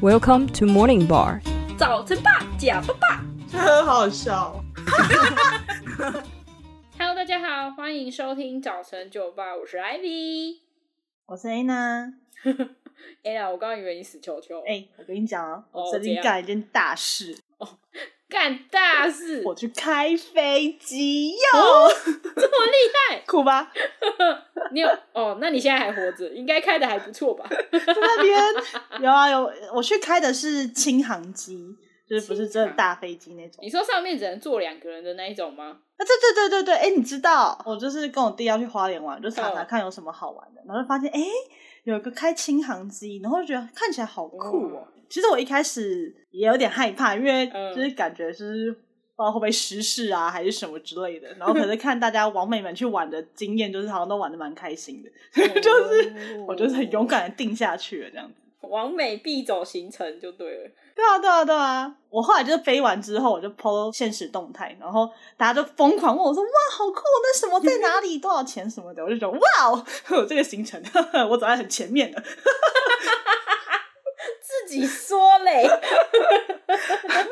Welcome to Morning Bar。早晨吧，假爸爸。 很好笑。 Hello，大家好，欢迎收听早晨酒吧，我是 Ivy。我是 A 呢？哎呀，我刚刚以为你死球球，哎、我跟你讲哦，哦我最近怎样干了一件大事，干大事，我去开飞机哟，！哦这么厉害 酷吧？你有哦？那你现在还活着，应该开的还不错 吧？在那边 有啊有，我去开的是轻航机，就是不是真的大飞机那种你。说上面只能坐两个人的那一种吗？啊，对对对对对，哎、你知道，我就是跟我弟要去花莲玩，就查查嗯看有什么好玩的，然后就发现哎、有一个开轻航机，然后就觉得看起来好酷哦、哇其实我一开始也有点害怕，因为嗯就是感觉是不知道会不会失事啊，还是什么之类的。然后可是看大家网美们去玩的经验，就是好像都玩的蛮开心的，就是我就哦是很勇敢的定下去了这样子。完美必走行程就对了。对啊，对啊，对啊！我后来就飞完之后，我就 PO 现实动态，然后大家就疯狂问我说：“哇，好酷！哦那什么在哪里？多少钱什么的？”我就觉得哇哦， 我这个行程，我走在很前面的。自己说嘞，就像像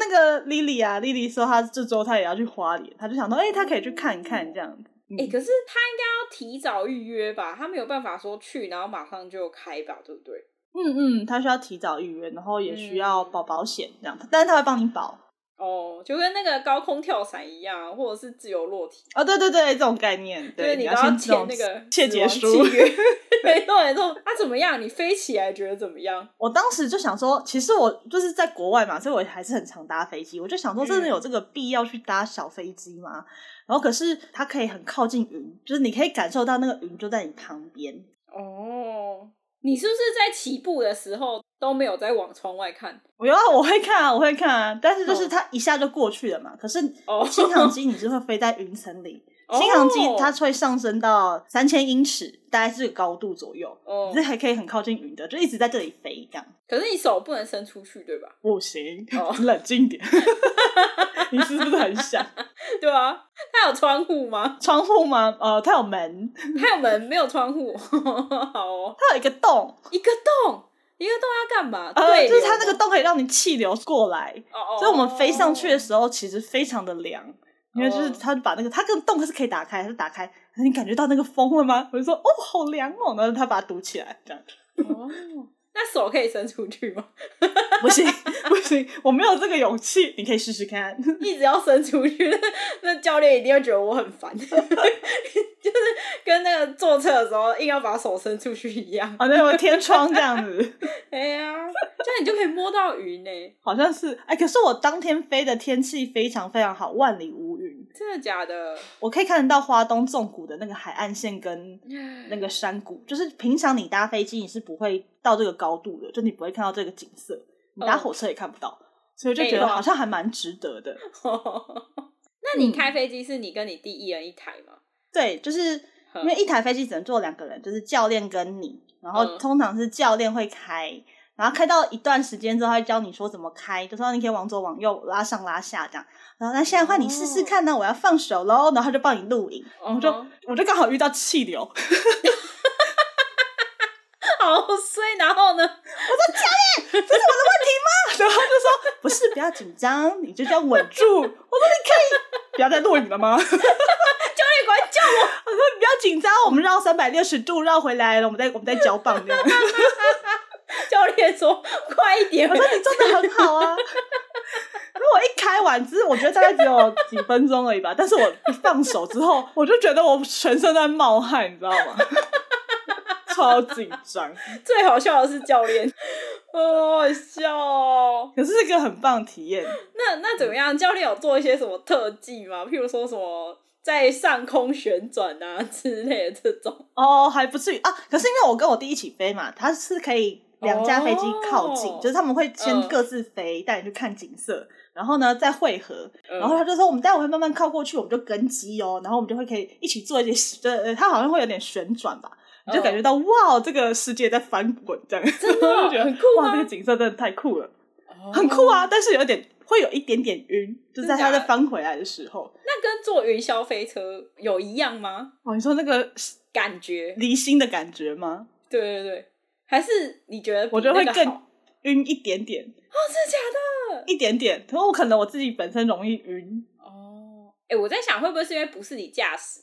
那个 Lily 啊，Lily 说她这周她也要去花莲，她就想到，哎、她可以去看一看这样子。嗯 哎、可是他应该要提早预约吧？他没有办法说去，然后马上就开吧，对不对？嗯嗯，她需要提早预约，然后也嗯需要保保险这样，但是她会帮你保。哦，就跟那个高空跳伞一样，啊或者是自由落体，哦，对对对，这种概念，就是对，你都要先这签种那个切死结亡书。契约。 没错没错，啊，怎么样？你飞起来觉得怎么样？我当时就想说，其实我就是在国外嘛，所以我还是很常搭飞机。我就想说，嗯真的有这个必要去搭小飞机吗？然后可是它可以很靠近云，就是你可以感受到那个云就在你旁边。哦，你是不是在起步的时候都没有在往窗外看？我有啊，我会看啊，我会看啊，但是就是它一下就过去了嘛。可是嗯哦新 航机你是会飞在云层里，哦新航机它会上升到三千英尺，大概是个高度左右，哦这，还可以很靠近云的，就一直在这里飞这样。可是你手不能伸出去，对吧？ 不行，哦 冷静一点。 你是不是很想？对啊，它有窗户吗？窗户吗？呃，它有门，它有门，没有窗户。 好哦，它有一个洞，一个洞，一个洞要干嘛？呃，对就是流它那个吗，洞可以让你气流过来，哦哦，所以我们飞上去的候，时候其实非常的凉，因为就是哦它把那个它跟洞是可以打开，它是打开，你感觉到那个风了吗？我就说哦，好凉哦，然后它把它堵起来，这样 哦，那手可以伸出去吗？不行 不行，我没有这个勇气，你可以试试看。 一直要伸出去，那那教练一定会觉得我很烦， 就是跟那个坐车的时候硬要把手伸出去一样。 啊，对，我天窗这样子， 哎呀，这样你就可以摸到云呢，好像是哎，可是我当天飞的天气非常非常好，万里无云，真的假的？我可以看得到花东纵谷的那个海岸线跟那个山谷，就是平常你搭飞机你是不会到这个高度的，就你不会看到这个景色，你搭嗯火车也看不到，所以我就废觉得话好像还蛮值得的。 那你开飞机是你跟你弟一人一台吗？对，就是因为一台飞机只能坐两个人，就是教练跟你，然后嗯通常是教练会开。然后开到一段时间之后，他会教你说怎么开，就说你可以往左往右拉上拉下这样。然后那现在换你试试看呢，我要放手喽，然后他就帮你录影。我我就我就刚好遇到气流， 好衰，然后呢？然后他就说：“不是，不要紧张，你就这样稳住。”我说：“你可以，不要再录影了吗？” 我说：“教练管教我，你不要紧张，我们绕三百六十度绕回来了，我们再我们再交棒这样。” 教练说快一点 我，说：“你做的很好啊。”然后我一开完，只是我觉得大概只有几分钟而已吧，但是我一放手之后，我就觉得我全身在冒汗，你知道吗？ 超紧张，最好笑的是教练，哦，好笑哦。可是是一个很棒的体验。那那怎么嗯样？教练有做一些什么特技吗？譬如说什么在上空旋转啊之类的这种。哦，还不至于啊。可是因为我跟我弟一起飞嘛，他是可以两架飞机靠近，哦就是他们会先嗯各自飞，带、你去看景色，然后呢再汇合。嗯 然后他就说，我们待会会慢慢靠过去，我们就跟机哦，然后我们就会可以一起做一些，呃，呃他好像会有点旋转吧。嗯你就感觉到、哇，这个世界在翻滚这样，哦真的哦就觉得很酷 哇，吗这个景色真的太酷了，很酷啊！哦！但是有点会有一点点晕，就是在真假它的在翻回来的时候，那跟坐云霄飞车有一样吗？哦，你说那个感觉？离心的感觉吗？对对对，还是你觉得比我觉得会那个更好哦晕一点点，真的假的？一点点。可是我可能我自己本身容易晕，哦，哎、我在想会不会是因为不是你驾驶？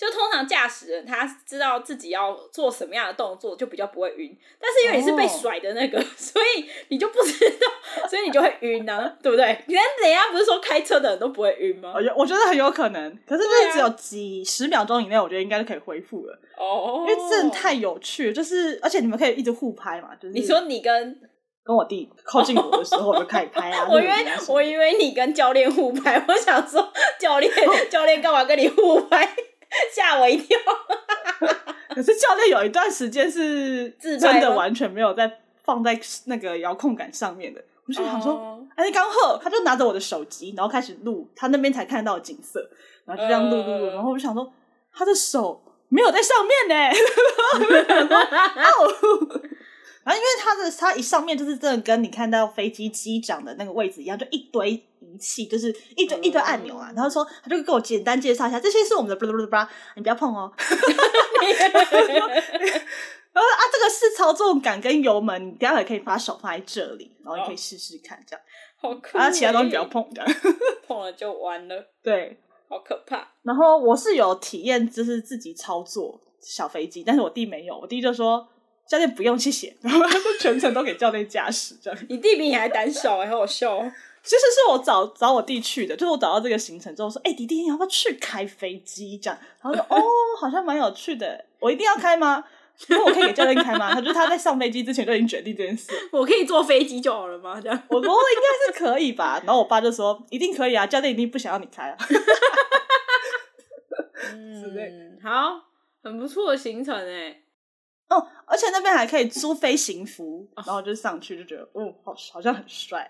就通常驾驶人他知道自己要做什么样的动作，就比较不会晕。但是因为你是被哦甩的那个， 所以你就不知道，所以你就会晕啊，对不对？你看人家不是说开车的人都不会晕吗我？觉我觉得很有可能。可是就对啊是只有几十秒钟以内，我觉得应该就可以恢复了，哦因，为真的太有趣了。就是而且你们可以一直互拍嘛，就是你说你跟跟我弟靠近我的时候，我就开始拍 啊。我录以影为啊什么我以为你跟教练互拍，我想说教练哦教练干嘛跟你互拍？吓我一跳！可是教练有一段时间是自拍真的吗完全没有在放在那个遥控杆上面的，我就想说，哦 哎、刚好他就拿着我的手机，然后开始录，他那边才看得到的景色，然后就这样录录录，嗯然后我就想说，他的手没有在上面呢， 哦。 然后因为他的他一上面就是真的跟你看到飞机机长的那个位置一样，就一堆仪器，就是一堆、一堆按钮啊。然后说他就给我简单介绍一下，这些是我们的 blah blah blah，blah，你不要碰哦。 然后啊，这个是操纵杆跟油门，你待会可以把手放在这里，然后你可以试试看这样。好酷、然后啊其他东西不要，碰这样。 碰了就完了，对，好可怕！然后我是有体验，就是自己操作小飞机，但是我弟没有，我弟就说教练不用谢谢， 然后他就全程都给教练驾驶这样。你弟比你还胆小、欸，好好笑、哦。其实是我找找我弟去的，就是我找到这个行程之后说，哎、弟弟你要不要去开飞机这样？然后就哦，好像蛮有趣的，我一定要开吗？那我可以给教练开吗？他就他在上飞机之前就已经决定这件事了，我可以坐飞机就好了吗？这样我说应该是可以吧。然后我爸就说一定可以啊，教练一定不想要你开啊。之类嗯，好，很不错的行程哎。哦，而且那边还可以租飞行 服，哦然后就上去就觉得，哦，好，好像很帅，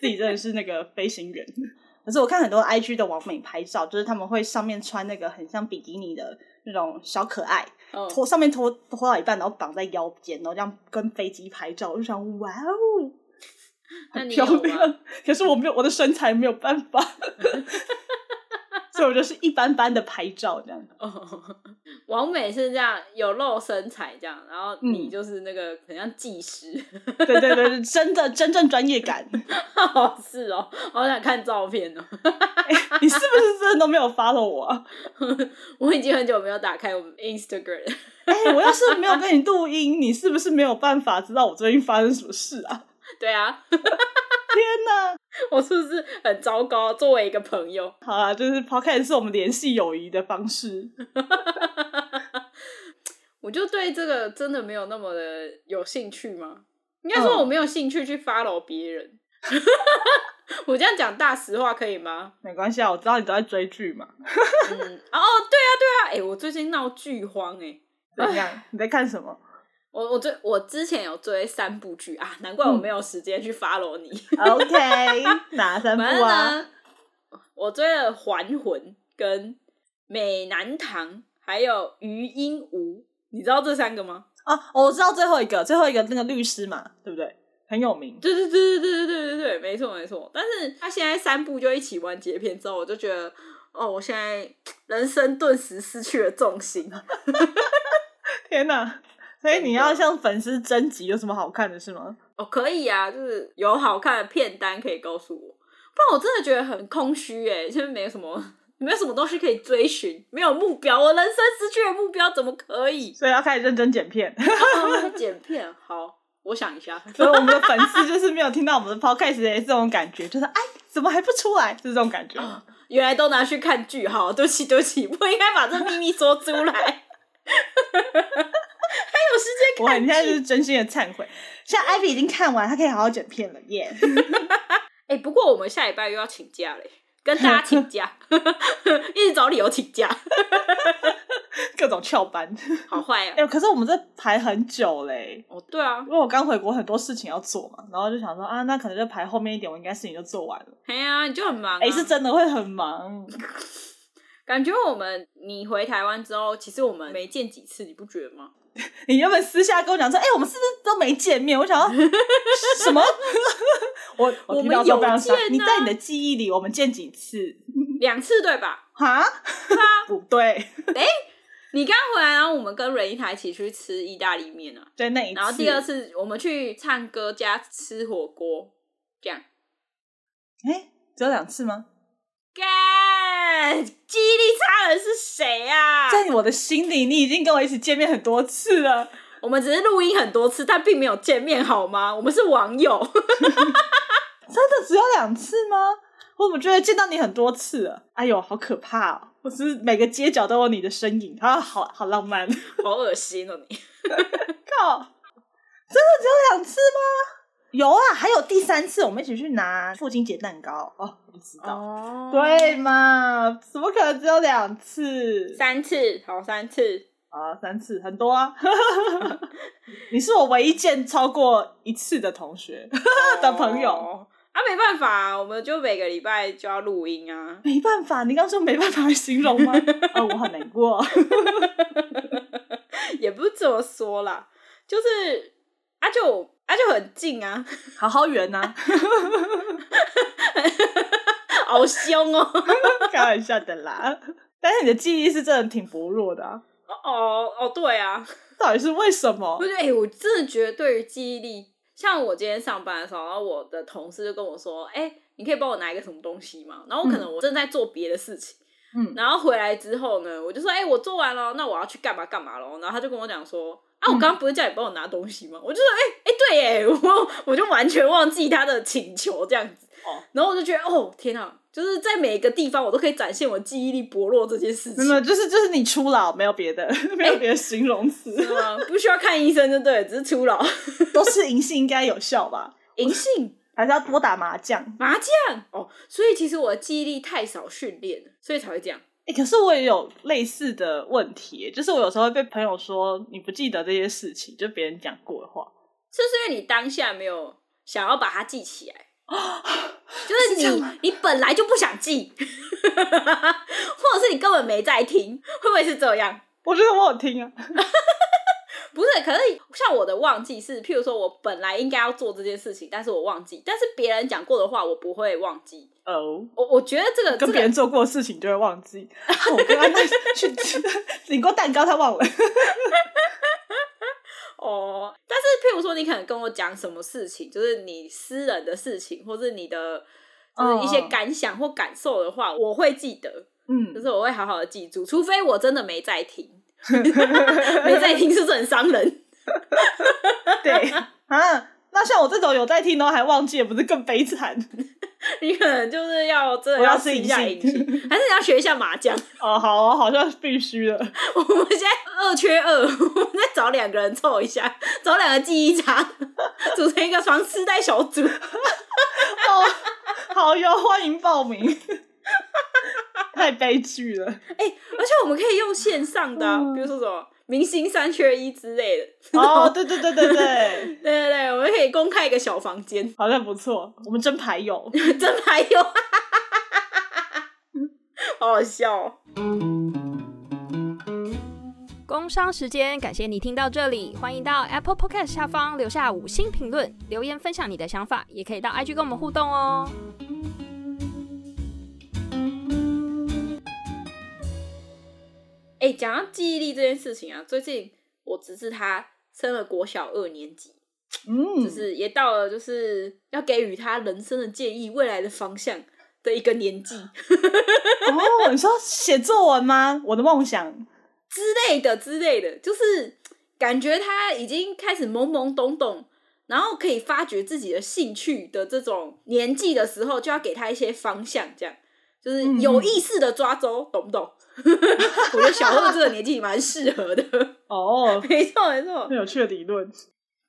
自己真的是那个飞行员。 可是我看很多 IG 的网美拍照，就是他们会上面穿那个很像比基尼的那种小可爱，嗯，脱上面脱脱到一半，然后绑在腰间，然后这样跟飞机拍照，我就想，哇哦，那你有啊漂吗？亮！ 可是我没有，我的身材没有办 法，所以我就是一般般的拍照这样。哦， 王美是这样，有露身材这样，然后你嗯就是那个很像技师， 对对对，真的真正专业感。好是哦，好想看照片哦。 你是不是真的都没有 follow 我、啊？我已经很久没有打开我们 Instagram 了。 哎、我要是没有跟你录音，你是不是没有办法知道我最近发生什么事啊？对啊，天哪！ 我是不是很糟糕？作为一个朋友，好啊，就是 podcast 是我们联系友谊的方式。我就对这个真的没有那么的有兴趣吗？应该说嗯我没有兴趣去 follow 别人。 我这样讲大实话可以 吗？没关系啊，我知道你都在追剧嘛。嗯，哦，对啊，对啊，哎、我最近闹剧荒哎、怎样？你在看什么？我我追我之前有追三部剧啊，难怪我嗯没有时间去 follow 你。 OK，哪 三部反正啊？呢，我追了《还魂》跟《美男堂》，还有《余音无》，你知道这三个吗？啊，我知道最后一个，最后一个那个律师嘛，对不对？很有名。对对对对对对对对对，没错没错。但是他现在三部就一起完结篇之后，我就觉得，哦，我现在人生顿时失去了重心。啊天哪！所以你要向粉丝征集有什么好看的是吗？哦，可以啊，就是有好看的片单可以告诉我，不然我真的觉得很空虚哎，就是没有什么。没有什么东西可以追寻，没有目标，我人生失去了目标，怎么可以？ 所以要开始认真剪片。哦剪片，好，我想一下。所以我们的粉丝就是没有听到我们的 podcast 也是这种感觉，就是哎，怎么还不出来？就是这种感觉。原来都拿去看剧，好，对不起，对不起，不应该把这秘密说出来。还有时间哇，看你现在就是真心的忏悔。现在艾比已经看完，他可以好好剪片了 耶。哎、不过我们下礼拜又要请假嘞，跟大家请假， 一直找理由请假，各种翘班。好坏哎、哦。可是我们这排很久嘞，哦，对啊因，为我刚回国，很多事情要做嘛，然后就想说啊，那可能就排后面一点，我应该事情就做完了。哎呀、你就很忙、啊。哎、是真的会很忙，感觉我们你回台湾之后，其实我们没见几次，你不觉得吗？你原本私下跟我讲说，哎、我们是不是都没见面？我想要什么？ 我我我听们到之后有非常伤见你在啊你的记忆里，我们见几次？ 两次对吧？啊哈，不对，你你刚回来，然后我们跟瑞一台一起去吃意大利面啊，对那一次，然后第二次我们去唱歌加吃火锅，这样。哎、只有两次吗？干，记忆力差的人是谁啊？在我的心里，你已经跟我一起见面很多次了。我们只是录音很多次，但并没有见面，好吗？我们是网友。真的只有两次吗？我怎么觉得见到你很多次了？哎呦，好可怕哦！我是每个街角都有你的身影啊，好好浪漫。好恶心哦你！靠，真的只有两次吗？有啊，还有第三次，我们一起去拿父亲节蛋糕哦，我不知道。哦对，嘛？怎么可能只有两次？三次，好三次，啊，三次很多啊！ 你是我唯一见超过一次的同学，的朋友哦啊，没办法、我们就每个礼拜就要录音啊。没办法，你刚说没办法来形容吗？啊，我很难过。也不是这么说啦，就是啊就啊就很近啊， 好好圆啊呐、好凶哦！开玩笑的啦。但是你的记忆是真的挺薄弱的、啊，哦哦，对啊，到底是为什么我？觉得哎、欸我真的觉得对于记忆力，像我今天上班的时候，然后我的同事就跟我说，哎、你可以帮我拿一个什么东西吗？然后我可能我正在做别的事情。嗯然后回来之后呢，我就说，哎、我做完了，那我要去干嘛干嘛咯。然后他就跟我讲说，啊，我嗯刚刚不是叫你帮我拿东西吗？我就说，哎、哎、对耶， 我我就完全忘记他的请求这样子。哦，然后我就觉得，哦，天啊，就是在每一个地方我都可以展现我记忆力薄弱这件事情真。的就是就是你初老，没有别的， 没有别的形容是词，吗？啊不需要看医生就对了，只是初 老。都是银杏应该有效吧？银杏、还是要多打麻将？麻将哦，所以其实我的记忆力太少训练了，所以才会这样。哎、可是我也有类似的问题，就是我有时候会被朋友说你不记得这些事情，就别人讲过的话。这是因为你当下没有想要把它记起 来，就是是这样你你本来就不想记， 或者是你根本没在听，会不会是这样？我觉得我有听啊，不是，可是像我的忘记是，譬如说我本来应该要做这件事情，但是我忘记，但是别人讲过的话我不会忘记。哦，我我觉得这个呃跟这别个人做过的事情就会忘记。我 跟安娜去领过蛋糕，他忘了。哦，但是譬如说，你可能跟我讲什么事情，就是你私人的事情，或是你的就是一些哦哦感想或感受的话，我会记得，嗯就是我会好好的记住，除非我真的没在 听，没在听是不是很伤人？ 对啊，那像我这种有在听，然后还忘记，不是更悲惨 你可能就是要真的我要试一自己下记隐形，还是你要学一下麻将？ 哦？好哦好像是必须的。我们现在二缺二，我们再找两个人凑一下，找两个记忆差，组成一个床痴呆小组。哦，好哟，欢迎报名。 太悲剧了哎而且我们可以用线上的、啊，嗯比如说什么明星三缺一之类的。哦！对对对对对，对对对，我们可以公开一个小房间， 好像不错，我们真牌友。真还有， 好好笑、哦。工商时间，感谢你听到这里，欢迎到 Apple Podcast 下方留下五星评论，留言分享你的想法，也可以到 IG 跟我们互动哦。哎、讲到记忆力这件事情啊，最近我侄子他升了国小二年级，嗯，就是也到了就是要给予他人生的建议、未来的方向的一个年纪哦，你说写作文吗？我的梦想之类的之类的，就是感觉他已经开始懵懵懂懂，然后可以发掘自己的兴趣的这种年纪的时候，就要给他一些方向，这样就是嗯有意识的抓周，懂不懂？ 我觉得小二这个年纪蛮适合的， 哦，没错没错很，有趣的理论。嗯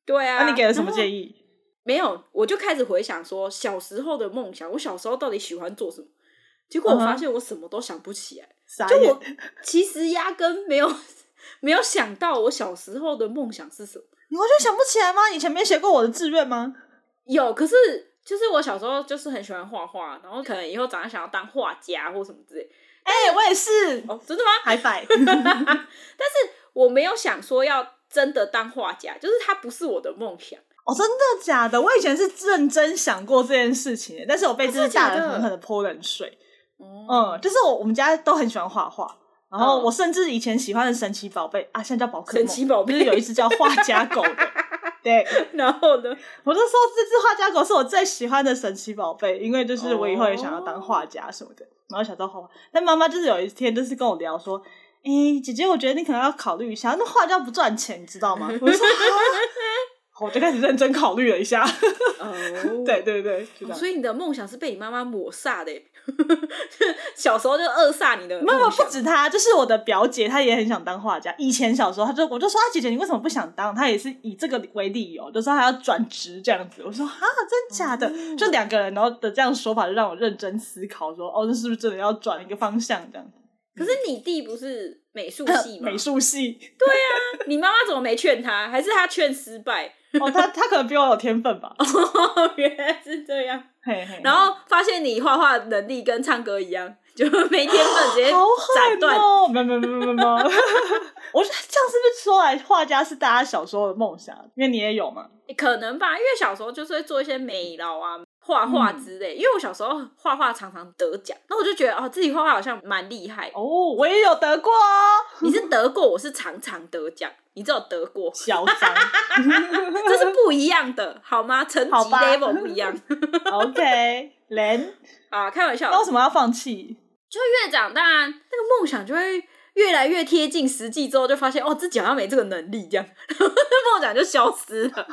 对啊。那、你给了什然么后建议？没有，我就开始回想说小时候的梦想，我小时候到底喜欢做什么？结果我嗯哼发现我什么都想不起来傻就眼我 其实压根没有没有想到我小时候的梦想是什么。你完全想不起来吗？以前没写过我的志愿吗？有，可是就是我小时候就是很喜欢画画，然后可能以后长大想要当画家或什么之类。哎、我也是，哦，真的吗？海摆。我没有想说要真的当画家，就是它不是我的梦想。 哦，真的假的？我以前是认真想过这件事情的，但是我被这真些的假大的人狠狠的泼冷水。哦、嗯，就是我我们家都很喜欢画画，然后嗯我甚至以前喜欢的神奇宝贝啊，现在叫宝可梦，神奇宝就是贝有一只叫画家狗 的。对， 然后呢？我就说这只画家狗是我最喜欢的神奇宝贝，因为就是我以后也想要当画家什么的，然后想到画画。但妈妈就是有一天就是跟我聊说，哎、姐姐，我觉得你可能要考虑一下，那画家不赚钱，你知道吗？我就说，啊我就开始认真考虑了一下。 哦，对对对，就这哦样。所以你的梦想是被你妈妈抹煞的耶，就是 小时候就扼杀你的没有，梦不想。止她，就是我的表姐，她也很想当画家。以前小时候，她就我就说，啊，姐姐，你为什么不想当？她也是以这个为理由，就说她要转职这样子。我说，啊，真假的？哦就两个人，然后的这样说法，就让我认真思考说，哦，这是不是真的要转一个方向这样子？可是你弟不是美术系吗？ 美术系，你妈妈怎么没劝他？还是他劝失败？哦，她她可能比我有天分吧。哦， 原来是这样。嘿嘿，然后发现你画画能力跟唱歌一样，就 没天分，直接好斩狠断。哦！没有没有没有没有没 有，我说这样是不是说来画家是大家小时候的梦想？因为你也有嘛。可能吧，因为小时候就是会做一些美劳啊、画画之嗯类。因为我小时候画画常常得奖，然后我就觉得哦，自己画画好像蛮厉 害。哦，我也有得过哦。你是得过，我是常常得奖，你只有得 过，嚣张。这是不一样的，好吗？层级好吧 level 不一样 OK，人，啊，开玩笑 那。为什么要放弃？就越长大，那个梦想就会越来越贴近实际，之后就发现哦，自己好像没这个能力，这样 梦想就消失了，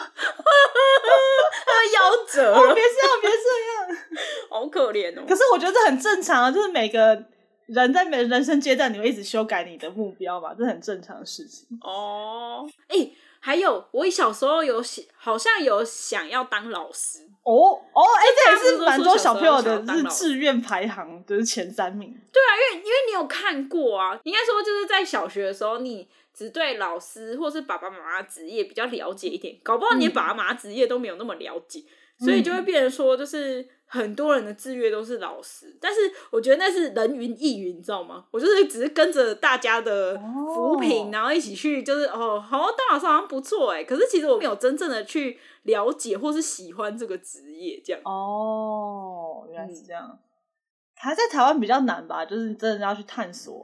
夭折哦，了别，这样，别这样。好可怜哦。可是我觉得这很正常啊，就是每个人在每人生阶段，你会一直修改你的目标嘛，这很正常的事情。哦，哎、还有我小时候有想，好像有想要当老师，哦哦，哎、就这也是大家蛮不是多说小朋友的小时候想当日老师志愿排行，就是前三名。对啊，因为因为你有看过啊，应该说就是在小学的时候，你只对老师或是爸爸妈妈的职业比较了解一点，搞不好嗯连爸爸妈妈职业都没有那么了解，所以就会变成说，就是很多人的志愿都是老师，但是我觉得那是人云亦云，你知道吗？我就是只是跟着大家的扶贫，哦然后一起去，就是哦，好像当老师好像不错哎，可是其实我没有真正的去了解或是喜欢这个职业这样。哦，原来嗯是这样。还在台湾比较难吧，就是真的要去探索，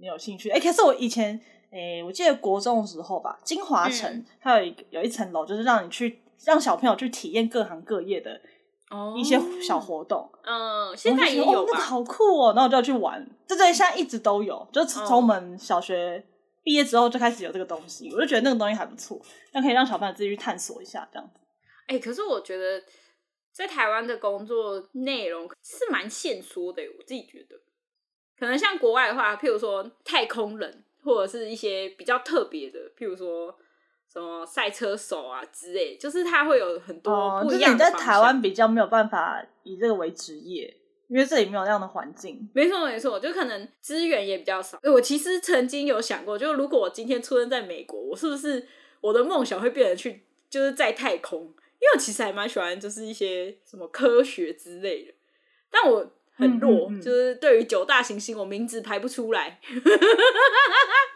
你有兴趣。哎、可是我以前，哎、我记得国中的时候吧，金华城、嗯它有一个有一层楼，就是让你去让小朋友去体验各行各业的哦一些小活动。嗯，现在也我就觉得有哦，吧？那个好酷哦，然后我就要去玩。这这现在一直都有，就从嗯从我们小学毕业之后就开始有这个东西，我就觉得那个东西还不错，那可以让小朋友自己去探索一下这样子。哎、可是我觉得在台湾的工作内容是蛮限缩的耶，我自己觉得，可能像国外的话，譬如说太空人，或者是一些比较特别的，譬如说什么赛车手啊之类，就是它会有很多哦，不就一是样你的、在台湾，比较没有办法以这个为职业，因为这里没有那样的环境。没错没错，就可能资源也比较少。我其实曾经有想过，就如果我今天出生在美国，我是不是我的梦想会变成去就是在太空？因为我其实还蛮喜欢就是一些什么科学之类的，但我很弱，嗯嗯嗯就是对于九大行星我名字排不出来，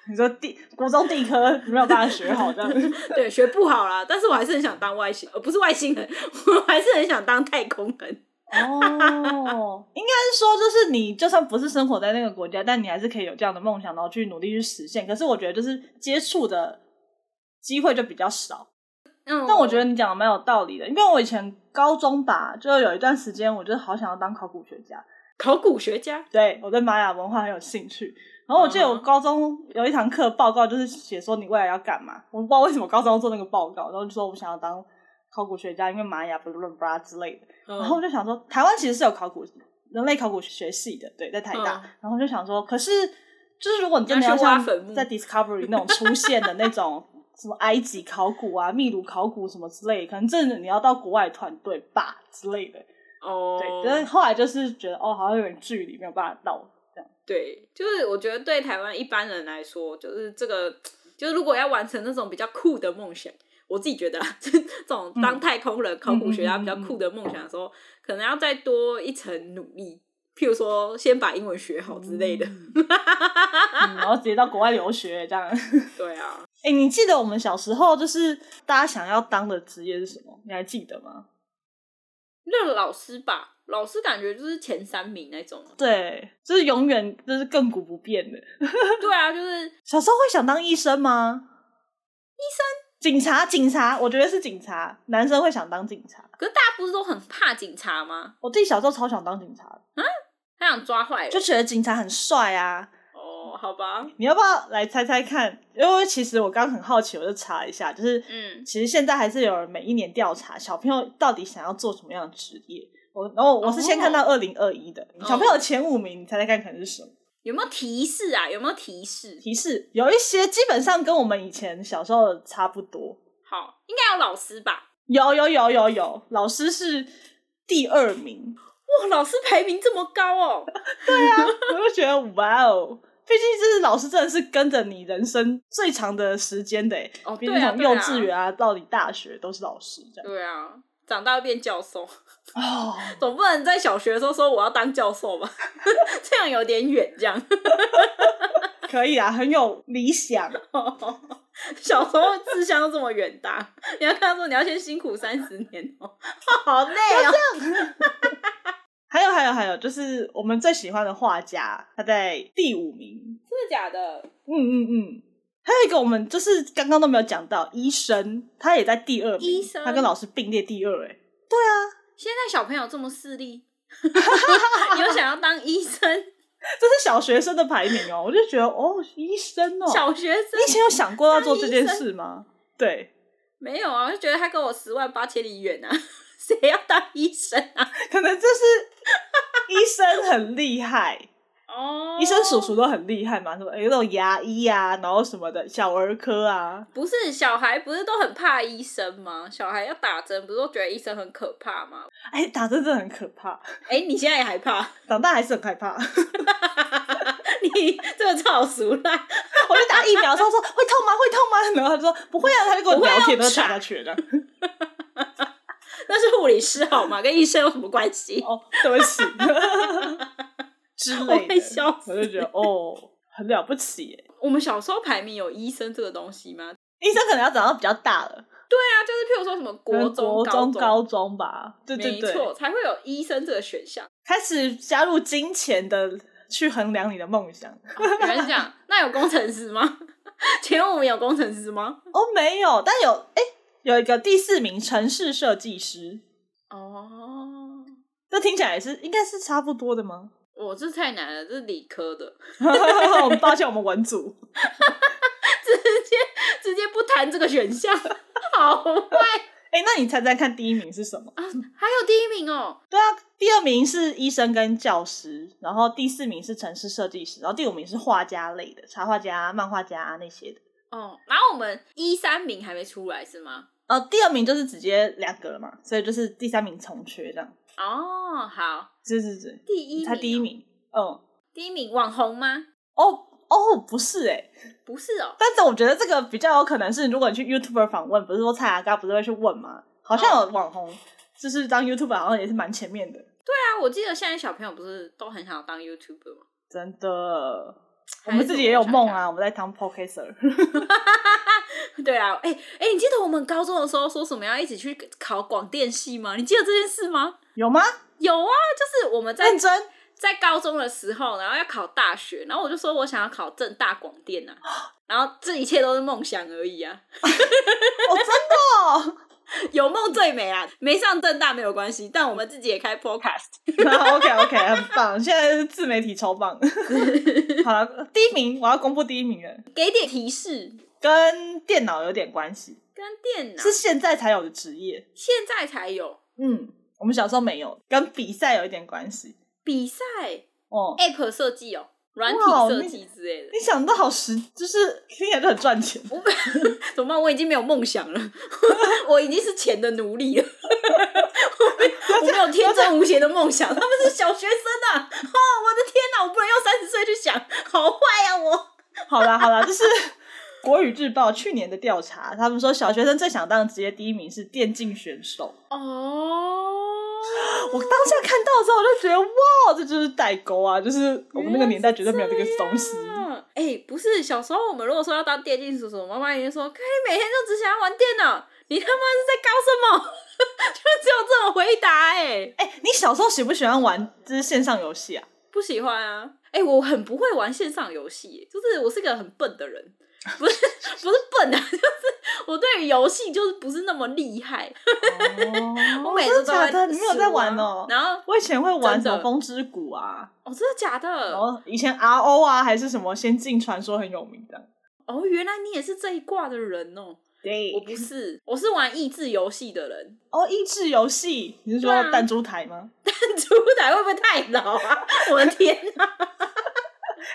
你说地国中地科没有办法学好这样， 对，学不好啦。但是我还是很想当外星，呃，不是外星人， 我还是很想当太空人。哦，应该是说，就是你就算不是生活在那个国家，但你还是可以有这样的梦想，然后去努力去实现。可是我觉得，就是接触的机会就比较少。嗯，但我觉得你讲的蛮有道理的，因为我以前高中吧，就有一段时间，我就好想要当考古学家。考古学家，对我对玛雅文化很有兴趣。然后我记得我嗯哼高中有一堂课报告，就是写说你未来要干嘛。我不知道为什么高中要做那个报告，然后就说我想要当考古学家，因为玛雅不啦不啦之类的。嗯然后我就想说，台湾其实是有考古人类考古学系的，对，在台大。嗯然后我就想说，可是就是如果你真的要去挖像坟墓在 Discovery 那种出现的那种什么埃及考古啊、秘鲁考古什么之类的，可能真的你要到国外团队吧之类的。哦，对，但是后来就是觉得哦，好像有点距离，没有办法到这样。对，就是我觉得对台湾一般人来说，就是这个，就是如果要完成那种比较酷的梦想，我自己觉得啦， 就是这种当太空人、考古学家比较酷的梦想的时候，可能要再多一层努力。譬如说，先把英文学好之类的。嗯然后直接到国外留学这样。 对啊， 哎、你记得我们小时候就是大家想要当的职业是什么？你还记得吗？那个老师吧，老师感觉就是前三名那种啊。对，就是永远就是亘古不变的。对啊，就是小时候会想当医生吗？医生、警察、警察，我觉得是警察。男生会想当警察。可是大家不是都很怕警察吗？我自己小时候超想当警察的，他想抓坏人。就觉得警察很帅啊。哦，好吧，你要不要来猜猜看？因为其实我刚刚很好奇，我就查一下，就是嗯其实现在还是有人每一年调查小朋友到底想要做什么样的职业。我然后我是哦先看到二零二一的、小朋友前五名，你猜猜看可能是什么？有没有提示啊？有没有提示？提示有一些基本上跟我们以前小时候差不多。好，应该有老师吧？有有有有有，老师是第二名， 哇，老师排名这么高哦！我就觉得哇哦。毕竟，这是老师真的是跟着你人生最长的时间的欸， 哦毕竟对啊从对啊幼稚园啊到你大学都是老师这样。对啊，长大变教授，哦，总不能在小学的时候说我要当教授吧？ 这样有点远，这样。 可以啊，很有理想。小时候志向都这么远大，你要跟他说你要先辛苦三十年哦， 好累哦。 还有还有还有，就是我们最喜欢的画家，他在第五名。真的假的？嗯嗯嗯。还有一个我们就是刚刚都没有讲到，医生他也在第二名，医生他跟老师并列第二、欸，哎，现在小朋友这么势 利，有想要当医生？这是小学生的排名哦、我就觉得哦，医生哦、小学生你以前有想过要做这件当医事吗？对，没有啊？我就觉得他跟我十万八千里远啊，谁要当医生啊？可能这是医生很厉害，哦医生叔叔都很厉害嘛，什么哎有那种牙医啊，然后什么的小儿科啊，不是小孩，不是都很怕医生吗？小孩要打针，不是都觉得医生很可怕吗？哎、打针真的很可怕，哎、你现在也害怕？ 长大还是很害怕。 你这个超俗啦！我就打疫苗，他说会痛吗？会痛吗？然后他就说不会啊，他就跟我聊天，不然会啊后打下去了。那是护理师好吗？跟医生有什么关系？ 哦，对不起，之我类会的。笑死。我就觉得哦，很了不起耶，我们小时候排名有医生这个东西吗？对医生可能要长到比较大啊，了，就是譬如说什么国可能中、嗯国中、中、高中吧。对对没对，错，才会有医生这个选项。开始加入金钱的去衡量你的梦想。有人讲，那有工程师吗？ 前五名有工程师吗？哦，没有，但有哎、有一个第四名城市设计师，哦，这听起来也是应该是差不多的 吗？ 我这太难了，这是理科的，我们抱歉，我们文组。直接不谈这个选项， 好坏。哎、那你猜猜看，第一名是什么？ 还有第一名哦，对啊，第二名是医生跟教师，然后第四名是城市设计师，然后第五名是画家类的，插画家、漫画家、啊那些的。哦，然后我们一三名还没出来是吗？呃，第二名就是直接两个了嘛，所以就是第三名重缺这样。哦，好，是是是，第一名、哦他第一，名，嗯，第一名网红吗？哦哦，不是哎、不是哦，但是我觉得这个比较有可能是，如果你去 YouTuber 访问，不是说蔡雅嘎不是会去问吗？好像嗯有网红，就是当 YouTuber 好像也是蛮前面的，对啊，我记得现在小朋友不是都很想当 YouTuber 吗？ 真的。我还是们自己也有我想一梦下啊，我们在当 Podcaster。对啊，哎、哎、你记得我们高中的时候说什么要一起去考广电系吗？你记得这件事吗？有 吗？哦有啊，就是我们在认 真在高中的时候，然后要考大学，然后我就说我想要考正大广电 呐、啊，然后这一切都是梦想而已啊，哦，真的、哦。有梦最美啊，没上正大没有关系，但我们自己也开 podcast， OK OK，很哦棒，现在是自媒体超棒。好了，第一名我要公布第一名了，给点提示，跟电脑有点关系，跟电脑是现在才有的职业。现在才有嗯，我们小时候没有，跟比赛有一点关系。比赛哦， app 设计哦，软体哇设那计之类的你。想的好实，就是听起来就很赚钱。 我 怎么办？我已经没有梦想了， 我已经是钱的奴隶了。我没有我没有天真无邪的梦想，他们是小学生啊！哦，我的天哪，我不能用三十岁去想，好坏啊我！好啦好啦，这是 国语日报去年的调查，他们说小学生最想当的职业第一名是电竞选手。哦，我当下看到的时候，我就觉得哇，这就是代沟啊，就是我们那个年代绝对没有这个东西。嗯，哎、不是小时候我们如果说要当电竞叔叔，我妈妈一定说，可你每天就只想要玩电脑，你他妈是在搞什么？ 就只有这种回答、哎，哎、你小时候喜不喜欢玩就是线上游戏啊？不喜欢啊。哎、我很不会玩线上游戏、哎就是我是个很笨的人，不是 不是笨啊， 就是我对于游戏就是不是那么厉害。哦 我每次都真的假在的，你没有在玩哦输啊。然后我以前会玩什真么的风之谷啊，哦，真的假的？然后以前 RO 啊，还是什么《仙境传说》很有名的。哦，原来你也是这一挂的人哦。对我不是， 我是玩益智游戏的人。哦，益智游戏，你是说对啊弹珠台吗？ 主台会不会太老啊？我的天哪、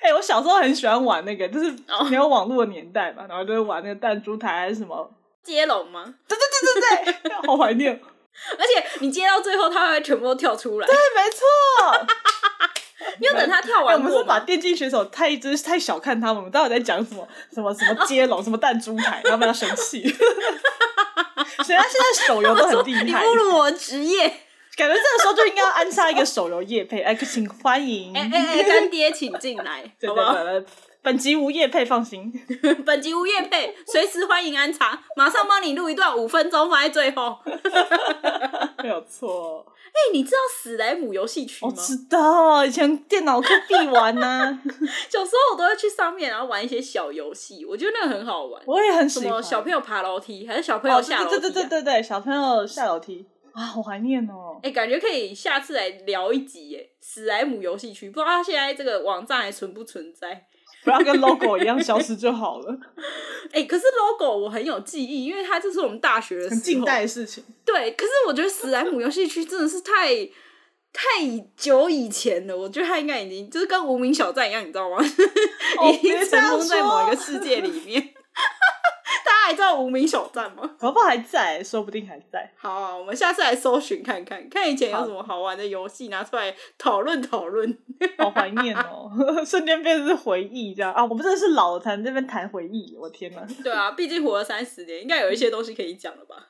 哎、我小时候很喜欢玩那个，就是哦没有网络的年代嘛，然后就会玩那个弹珠台还是什么，接龙吗？对对对，好怀 念。哦而且你接到最后，它会全部都跳出来。对，没错。你有等它跳哎我完们过是把吗？电竞选手太真是太小看他们，我们到底在讲什么什么什么接龙、什么弹珠台，他们要生气。 所以他现在手游都很厉啊你害，侮辱我的职 业！感觉这个时候就应该要安插一个手游夜配，哎，请欢迎，哎哎哎，干爹请进来，对好对 不好？对，对本集无夜配，放心。 本集无业配，随时欢迎安插，马上帮你录一段五分钟放在最后。哎、没有错，你知道史莱姆游戏区我吗？知道，以前电脑课必玩呐、小时候我都会去上面，然后玩一些小游戏， 我觉得那个很好玩。我也很什喜么欢。小朋友爬楼梯，还是小朋哦友下楼梯、啊对对对对对，小朋友下楼梯啊，好怀念哦。哎、感觉可以下次来聊一集耶，史莱姆游戏区，不知道它现在这个网站还存不存在？不要跟 logo 一样消失就好 了，哎、可是 logo 我很有记忆，因为它就是我们大学的时很候。近代的事情。对，可是我觉得史莱姆游戏区真的是太太久以前了，我觉得它应该已经就是跟无名小站一样，你知道吗？ 哦 已经别这尘样封在某一个说世界里面。 大家还知道无名小站吗？搞不好还在，说不定还在。好、啊，我们下次来搜寻看看，看以前有什么好玩的游戏，拿出来讨论讨论。好怀念哦， 瞬间变成是回忆这样啊！我们真的是老了才能这边谈回忆，我天哪！ 对啊，毕竟活了三十年，应该有一嗯些东西可以讲了吧？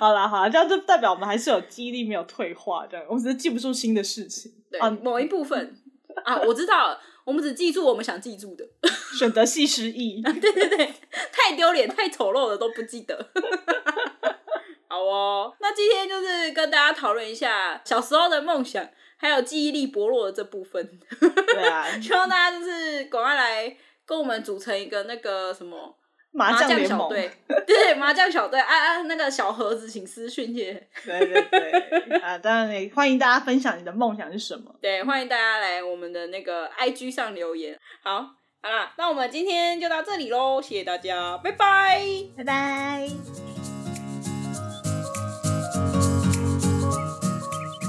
好啦好啦，这样就代表我们还是有记忆力没有退化，这样我们只是记不住新的事情对，啊。某一部分啊，我知道了，我们只记住我们想记住的。 选择系失忆，对对对，太丢脸、太丑陋的都不记得。 好哦，那今天就是跟大家讨论一下小时候的梦想，还有记忆力薄弱的这部分。 对啊，希望大家就是赶快来跟我们组成一个那个什么麻将联小盟， 队，对麻将小队啊啊，那个小盒子请私讯耶。 对对对，啊，当然也欢迎大家分享你的梦想是什么。对，欢迎大家来我们的那个 IG 上留言。好，好啦，那我们今天就到这里喽，谢谢大家，拜拜。拜拜。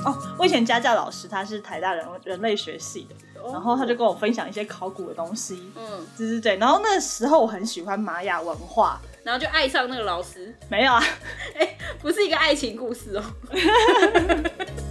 哦，我以前家教老师他是台大人人类学系的，哦然后他就跟我分享一些考古的东西，嗯，对对对。然后那时候我很喜欢玛雅文化，然后就爱上那个老师，没有啊，不是一个爱情故事哦。